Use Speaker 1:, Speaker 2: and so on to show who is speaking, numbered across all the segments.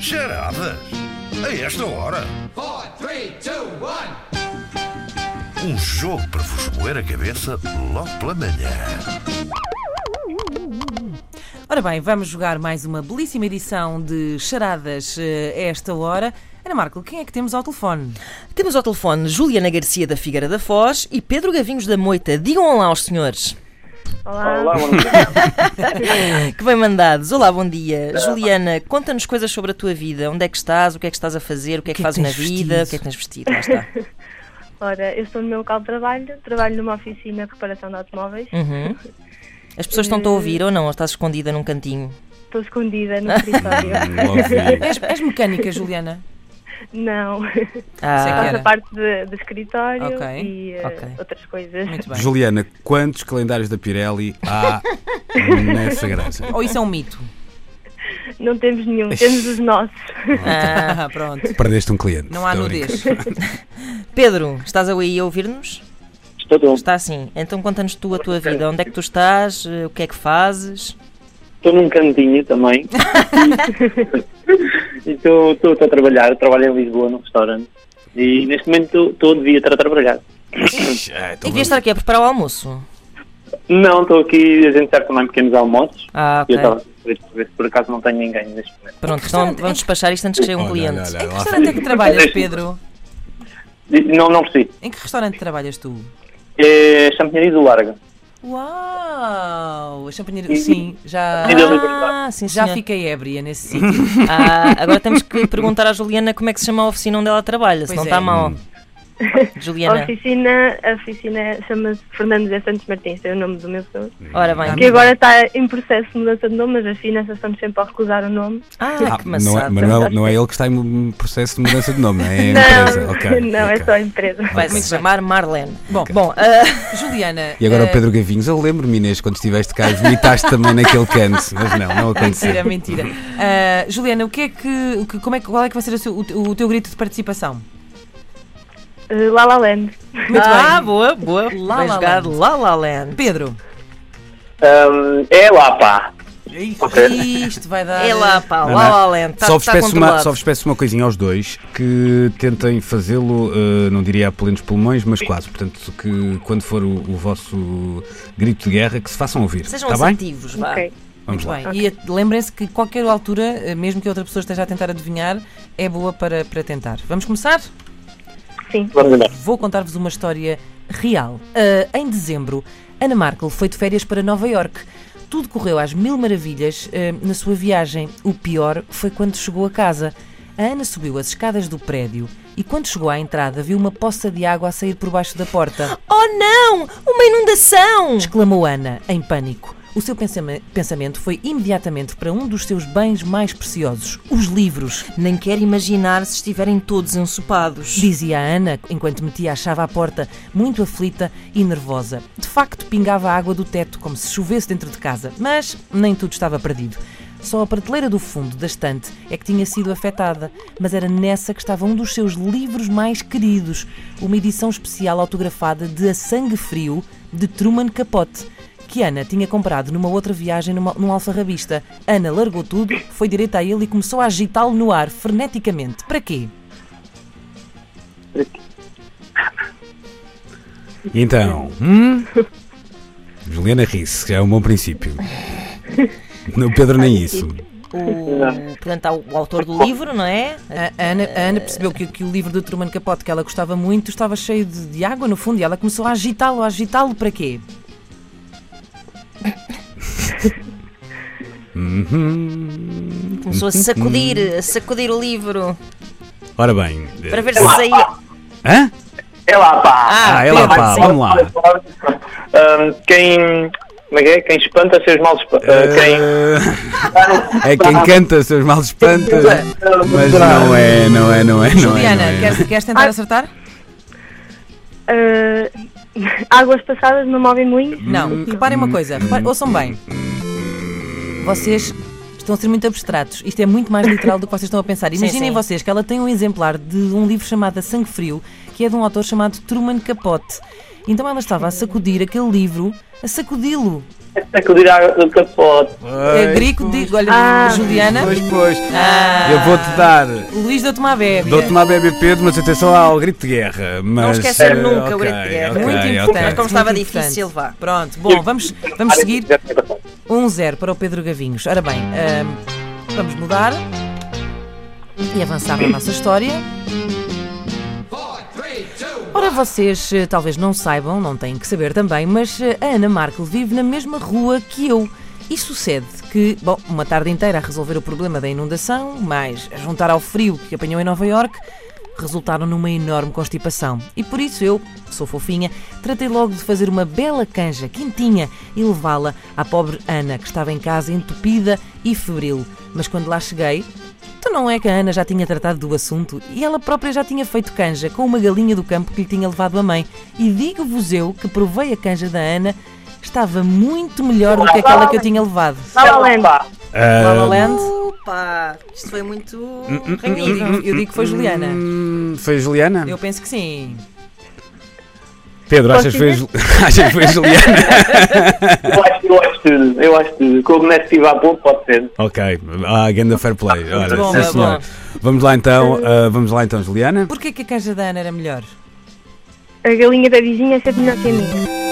Speaker 1: Charadas? A esta hora?
Speaker 2: Four, three, two, one.
Speaker 1: Um jogo para vos moer a cabeça logo pela manhã.
Speaker 3: Ora bem, vamos jogar mais uma belíssima edição de charadas eh, a esta hora. Ana Marco, quem é que temos ao telefone?
Speaker 4: Temos ao telefone Juliana Garcia da Figueira da Foz e Pedro Gavinhos da Moita. Digam lá aos senhores
Speaker 5: Olá, bom dia.
Speaker 4: que bem mandados. Olá, bom dia. Juliana, conta-nos coisas sobre a tua vida. Onde é que estás? O que é que estás a fazer? O que é que,
Speaker 3: que é que
Speaker 4: fazes na
Speaker 3: tens
Speaker 4: vida?
Speaker 3: vestido?
Speaker 4: O que é que tens vestido? Lá está.
Speaker 5: Ora, eu estou no meu local de trabalho, trabalho numa oficina de reparação de automóveis.
Speaker 4: Uhum. As pessoas estão-te
Speaker 3: Eh,
Speaker 4: a ouvir ou não? Ou estás escondida num cantinho?
Speaker 5: Estou escondida no escritório.
Speaker 3: És, és mecânica, Juliana? é.
Speaker 5: Não,
Speaker 3: Era.
Speaker 4: Ah.
Speaker 5: faço a parte de, de escritório
Speaker 3: Ok,
Speaker 5: e eh,
Speaker 4: ok.
Speaker 5: outras coisas.
Speaker 3: Muito bem.
Speaker 6: Juliana, quantos calendários da Pirelli há nessa graça?
Speaker 3: Ou isso é um mito?
Speaker 5: Não temos nenhum, temos os nossos.
Speaker 4: Ah,
Speaker 3: Ah, pronto.
Speaker 6: Perdeste um cliente.
Speaker 3: Não há
Speaker 6: Estou a brincar.
Speaker 3: nudez.
Speaker 4: Pedro, estás aí a ouvir-nos?
Speaker 7: Estou,
Speaker 4: Está sim. Então conta-nos tu a tua vida. Onde é que tu estás? Eh, O que é que fazes?
Speaker 6: Então
Speaker 7: estou num cantinho também. e estou estou- estou a trabalhar. Trabalho em Lisboa, num restaurante. E neste momento estou- estou de dia para trabalhar.
Speaker 6: Ah,
Speaker 4: E
Speaker 6: então
Speaker 4: devias estar aqui a preparar o almoço.
Speaker 7: Não, estou aqui a gente serve também pequenos almoços.
Speaker 4: Ah, ok.
Speaker 7: E eu estava a ver ver se por acaso não tenho ninguém neste momento.
Speaker 4: Pronto,
Speaker 3: que
Speaker 4: então
Speaker 3: restaurante-
Speaker 4: vamos despachar isto antes que chegue um
Speaker 6: vamos-
Speaker 4: cliente.
Speaker 6: Olha, olha,
Speaker 3: Em que
Speaker 6: lá-
Speaker 3: restaurante é que trabalhas, Pedro?
Speaker 7: E- Não, não percebi.
Speaker 3: Em que restaurante trabalhas tu?
Speaker 7: É Champinhariz do Larga.
Speaker 3: Uau! A champanhe... Sim, já,
Speaker 4: Ah, sim,
Speaker 3: já
Speaker 4: senhor.
Speaker 3: fiquei ébria nesse sítio.
Speaker 4: Ah, agora temos que perguntar à Juliana como é que se chama a oficina onde ela trabalha, se
Speaker 3: Pois
Speaker 4: não
Speaker 3: é.
Speaker 4: está
Speaker 6: Hum.
Speaker 4: mal.
Speaker 5: A
Speaker 4: Juliana,
Speaker 5: oficina, a oficina chama-se Fernandes de Santos Martins, é o nome do meu senhor.
Speaker 4: ora
Speaker 3: Ah,
Speaker 5: Que
Speaker 4: bem.
Speaker 5: agora está em processo de mudança de nome, mas as finanças estão sempre a recusar o nome.
Speaker 4: Ah,
Speaker 6: Ah,
Speaker 4: que
Speaker 6: não, é,
Speaker 4: maçada.
Speaker 6: mas não é- não é ele que está em processo de mudança de nome, não é? a empresa.
Speaker 5: não,
Speaker 6: Ok,
Speaker 5: não
Speaker 6: ok.
Speaker 5: é só a empresa.
Speaker 4: Vai se
Speaker 3: Muito bem.
Speaker 4: chamar Marlene.
Speaker 3: Bom,
Speaker 4: Bom, ah,
Speaker 3: Juliana.
Speaker 6: E agora o
Speaker 3: eh,
Speaker 6: Pedro Gavinhos, eu lembro-me, Inês, quando estiveste cá, vomitaste também naquele canto, mas não, não aconteceu.
Speaker 3: Mentira, mentira. Ah, Juliana, o que é que, o que- como é que, qual é que vai ser o, seu- o- o teu grito de participação?
Speaker 5: Eh, La La Land.
Speaker 4: ah, boa, boa.
Speaker 3: La
Speaker 4: Vai
Speaker 3: La
Speaker 4: jogar
Speaker 3: Land.
Speaker 4: La La Land.
Speaker 3: Pedro,
Speaker 7: Ahm, é lá, pá.
Speaker 3: isto vai dar.
Speaker 4: É lá, pá,
Speaker 6: Não,
Speaker 4: La
Speaker 6: não.
Speaker 4: La Land. Tá,
Speaker 6: só, vos
Speaker 4: tá
Speaker 6: peço uma,
Speaker 4: controlado.
Speaker 6: só vos peço uma coisinha aos dois que tentem fazê-lo, eh, não diria a plenos pulmões, mas quase. Portanto, que quando for o, o vosso grito de guerra, que se façam ouvir.
Speaker 4: Sejam
Speaker 6: Está Tá bem?
Speaker 4: assertivos, vá.
Speaker 5: Ok.
Speaker 6: Vamos lá.
Speaker 3: Bem, e a- lembrem-se que qualquer altura, eh, mesmo que a outra pessoa esteja a tentar adivinhar, é boa para, para tentar. Vamos começar?
Speaker 5: Sim.
Speaker 7: Vamos embora.
Speaker 3: Vou contar-vos uma história real. Ah, em dezembro, Ana Markel foi de férias para Nova Iorque. Tudo correu às mil maravilhas ah, na sua viagem. O pior foi quando chegou a casa. A Ana subiu as escadas do prédio e, quando chegou à entrada, viu uma poça de água a sair por baixo da porta.
Speaker 4: Oh não! Uma inundação!
Speaker 3: Exclamou Ana, em pânico. O seu pensama- pensamento foi imediatamente para um dos seus bens mais preciosos, os livros.
Speaker 4: Nem quero imaginar se estiverem todos ensopados.
Speaker 3: Dizia a Ana, enquanto metia a chave à porta, muito aflita e nervosa. De facto, pingava água do teto, como se chovesse dentro de casa, mas nem tudo estava perdido. Só a prateleira do fundo da estante é que tinha sido afetada, mas era nessa que estava um dos seus livros mais queridos, uma edição especial autografada de A Sangue Frio, de Truman Capote, que Ana tinha comprado numa outra viagem numa- num alfarrabista. Ana largou tudo, foi direita a ele e começou a agitá-lo no ar, freneticamente. Para quê?
Speaker 6: Então, hum? Juliana ri-se, que já é um bom princípio. O Pedro nem isso.
Speaker 4: O, portanto, há o autor do livro, não é?
Speaker 3: A a Ana, a Ana percebeu que, que o livro do Truman Capote, que ela gostava muito, estava cheio de, de água no fundo e ela começou a agitá-lo, a agitá-lo para quê?
Speaker 6: Uhum.
Speaker 4: Começou a
Speaker 6: Hum,
Speaker 4: sacudir, a sacudir o livro
Speaker 6: Ora bem. eh,
Speaker 4: para ver se saía.
Speaker 6: Hã?
Speaker 7: É lá, pá.
Speaker 6: Ah, é lá,
Speaker 4: Pedro,
Speaker 6: pá,
Speaker 4: sim.
Speaker 6: vamos lá.
Speaker 7: Ahm, quem. Como é que é? Quem espanta seus males. espa- ah, quem.
Speaker 6: Eh, É quem canta, seus males espanta. Mas não é, não é, não é. Não é,
Speaker 3: Juliana,
Speaker 6: não é.
Speaker 3: Queres, queres
Speaker 4: Ah.
Speaker 3: tentar acertar?
Speaker 5: Eh, águas passadas não movem moinhos?
Speaker 6: Hum.
Speaker 3: Não. Reparem uma coisa, reparem, ouçam bem. Vocês estão a ser muito abstratos. Isto é muito mais literal do que vocês estão a pensar. Imaginem
Speaker 4: sim.
Speaker 3: vocês que ela tem um exemplar de um livro chamado A Sangue Frio, que é de um autor chamado Truman Capote.
Speaker 7: é
Speaker 3: Então ela estava a sacudir aquele livro, a sacudi-lo.
Speaker 7: Acudir à- ao capote.
Speaker 6: Ah,
Speaker 3: é Grico, digo, olha,
Speaker 5: Ah.
Speaker 3: Juliana.
Speaker 6: Pois, pois.
Speaker 3: Ah.
Speaker 6: Eu vou-te dar.
Speaker 3: Luís deu-te uma bebe.
Speaker 6: Dou-te uma BBP, mas atenção ao grito de guerra. Mas,
Speaker 4: Não esquecer
Speaker 6: eh,
Speaker 4: nunca o
Speaker 6: ok,
Speaker 4: grito de guerra.
Speaker 6: ok,
Speaker 3: É Muito
Speaker 6: ok.
Speaker 3: importante.
Speaker 4: Mas É como estava
Speaker 3: muito
Speaker 4: difícil,
Speaker 3: importante.
Speaker 4: vá.
Speaker 3: Pronto, bom, vamos, vamos seguir.
Speaker 7: Já tinha passado.
Speaker 3: 1-0 para o Pedro Gavinhos. Ora bem, ahm, vamos mudar e avançar para a nossa história.
Speaker 2: Four, three, two, one.
Speaker 3: Ora, vocês eh, talvez não saibam, não têm que saber também, mas eh, a Ana Markel vive na mesma rua que eu. E sucede que, bom, uma tarde inteira a resolver o problema da inundação, mais a juntar ao frio que apanhou em Nova Iorque, resultaram numa enorme constipação. E por isso eu, que sou fofinha, tratei logo de fazer uma bela canja quentinha e levá-la à pobre Ana, que estava em casa entupida e febril. Mas quando lá cheguei, então não é que a Ana já tinha tratado do assunto e ela própria já tinha feito canja com uma galinha do campo que lhe tinha levado a mãe. E digo-vos eu que provei a canja da Ana, estava muito melhor do que aquela que eu tinha levado.
Speaker 5: La La Land.
Speaker 6: Ah,
Speaker 3: La La Land?
Speaker 4: Opa, isto foi muito.
Speaker 3: Eu digo, eu digo que foi Juliana.
Speaker 6: hum, Foi Juliana?
Speaker 3: Eu penso que sim.
Speaker 6: Pedro, achas que, foi, Ju- achas que foi Juliana?
Speaker 7: Eu acho, eu acho tudo, eu acho tudo. Com o Messi estive há pouco, pode ser.
Speaker 6: ok, ah, ganda fair play. Ora,
Speaker 3: bom,
Speaker 6: sim,
Speaker 3: muito
Speaker 6: senhor.
Speaker 3: bom.
Speaker 6: Vamos lá então, ah, vamos lá então, Juliana.
Speaker 3: Porquê que a canja da Ana era melhor?
Speaker 5: A galinha da vizinha é sempre melhor que a minha.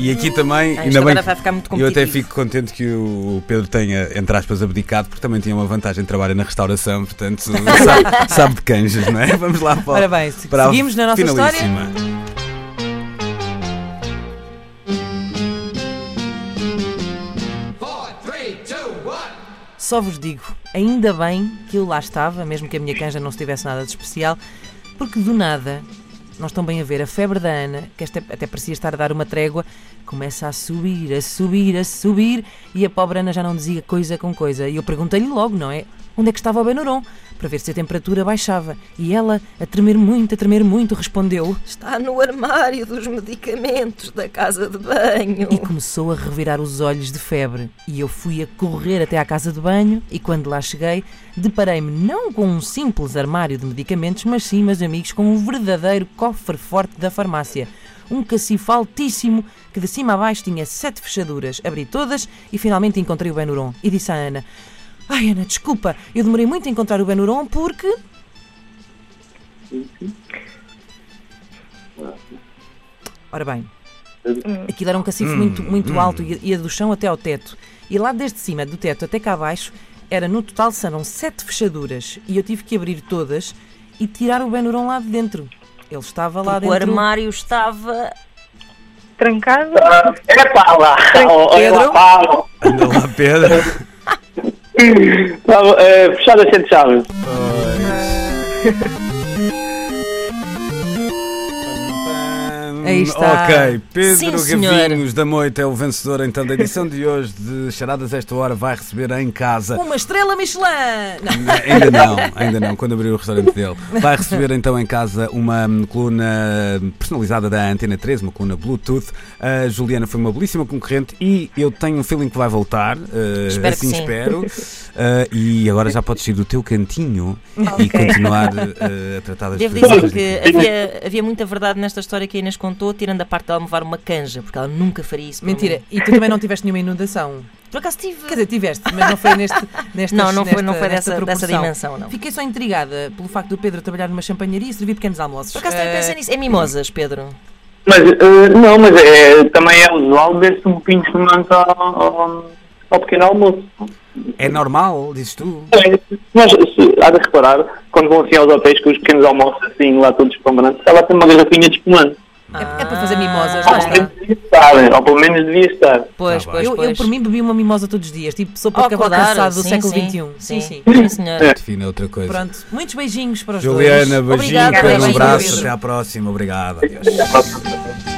Speaker 6: E aqui também,
Speaker 4: Ah, isto
Speaker 6: ainda bem
Speaker 4: agora
Speaker 6: que
Speaker 4: vai ficar muito
Speaker 6: eu até
Speaker 4: competitivo.
Speaker 6: fico contente que o Pedro tenha, entre aspas, abdicado, porque também tinha uma vantagem, trabalha na restauração, portanto, sabe, sabe de canjas, não é? Vamos lá para,
Speaker 3: Ora bem, se-
Speaker 6: para a
Speaker 3: seguimos na nossa história?
Speaker 6: finalíssima.
Speaker 2: Four, three, two, one.
Speaker 3: Só vos digo, ainda bem que eu lá estava, mesmo que a minha canja não se tivesse nada de especial, porque do nada, nós estão bem a ver, a febre da Ana, que esta até parecia estar a dar uma trégua, começa a subir, a subir, a subir, e a pobre Ana já não dizia coisa com coisa. E eu perguntei-lhe logo, não é? Onde é que estava o Benuron? Para ver se a temperatura baixava. E ela, a tremer muito, a tremer muito, respondeu
Speaker 4: Está no armário dos medicamentos da casa de banho.
Speaker 3: e começou a revirar os olhos de febre. E eu fui a correr até à casa de banho e quando lá cheguei, deparei-me não com um simples armário de medicamentos, mas sim, meus amigos, com um verdadeiro cofre forte da farmácia. Um cacifo altíssimo que de cima a baixo tinha sete fechaduras. Abri todas e finalmente encontrei o Benuron. E disse à Ana: Ai, Ana, desculpa, eu demorei muito a encontrar o Benuron porque. Ora bem, aquilo era um cacifo muito, muito alto, ia, ia do chão até ao teto. E lá desde cima, do teto até cá abaixo, era no total serão sete fechaduras. E eu tive que abrir todas e tirar o Benuron lá de dentro. Ele estava lá
Speaker 4: O
Speaker 3: dentro.
Speaker 4: armário estava.
Speaker 5: Trancada.
Speaker 7: Ah, É pá lá! Oh, Olha
Speaker 3: Pedro?
Speaker 7: lá, pá!
Speaker 6: Anda lá, Pedro.
Speaker 7: Estava, eh, Fechado a sete chaves.
Speaker 3: Aí está.
Speaker 6: Ok, Pedro
Speaker 4: Sim, senhor.
Speaker 6: Gavinhos da Moita é o vencedor então da edição de hoje de Charadas Esta Hora vai receber em casa.
Speaker 3: Uma estrela Michelin! Não.
Speaker 6: Ainda não, ainda não, quando abrir o restaurante dele. Vai receber então em casa uma hum, coluna personalizada da Antena 13, uma coluna Bluetooth. A Juliana foi uma belíssima concorrente e eu tenho um feeling que vai voltar. eh,
Speaker 4: Espero que
Speaker 6: assim
Speaker 4: sim.
Speaker 6: espero. Eh, e agora já podes ir do teu cantinho e continuar eh, a tratar das
Speaker 4: Devo
Speaker 6: tuas
Speaker 4: dizer
Speaker 6: coisas.
Speaker 4: que havia, havia muita verdade nesta história que a Inês contou, tirando a parte dela me levar uma canja, porque ela nunca faria isso. por
Speaker 3: Mentira,
Speaker 4: mim.
Speaker 3: e tu também não tiveste nenhuma inundação.
Speaker 4: Por acaso tive.
Speaker 3: Quer dizer, tiveste, mas não foi neste. Nestas,
Speaker 4: Não, não foi-
Speaker 3: nesta-
Speaker 4: não foi
Speaker 3: nesta
Speaker 4: dessa- dessa
Speaker 3: proporção.
Speaker 4: dimensão, não.
Speaker 3: Fiquei só intrigada pelo facto do Pedro trabalhar numa champanharia e servir pequenos almoços.
Speaker 4: Por acaso também
Speaker 3: Eh,
Speaker 4: pensei nisso. É mimosas, Pedro.
Speaker 3: Tá
Speaker 7: Mas, eh, não, mas é, também é usual beber-se um pinho de manta ao, ao- ao pequeno almoço.
Speaker 6: É normal, dizes tu?
Speaker 7: Mas se, há de reparar, quando vão assim aos hotéis com os pequenos almoços assim lá todos espumantes, ela tem uma garrafinha de espumante.
Speaker 3: É, é para
Speaker 4: Ah.
Speaker 3: fazer mimosas, é?
Speaker 7: Ou
Speaker 3: lá
Speaker 7: pelo
Speaker 3: está.
Speaker 7: menos devia estar, ou pelo menos devia estar.
Speaker 4: Pois,
Speaker 6: Tá bem.
Speaker 4: pois,
Speaker 3: Eu, eu,
Speaker 4: pois.
Speaker 3: por mim, bebi uma mimosa todos os dias, tipo sopa
Speaker 4: Ao
Speaker 3: de cavalo
Speaker 4: acordar,
Speaker 3: assado do
Speaker 4: Oh, sim,
Speaker 3: século
Speaker 4: sim,
Speaker 3: XXI. Sim, sim.
Speaker 4: Sim, senhor.
Speaker 6: Defina outra coisa.
Speaker 3: Pronto, muitos beijinhos para os dois.
Speaker 6: Juliana, beijinho,
Speaker 4: Obrigada,
Speaker 6: Pedro, um
Speaker 4: beijinho,
Speaker 6: abraço,
Speaker 4: Pedro.
Speaker 6: até à próxima, obrigado. Adeus.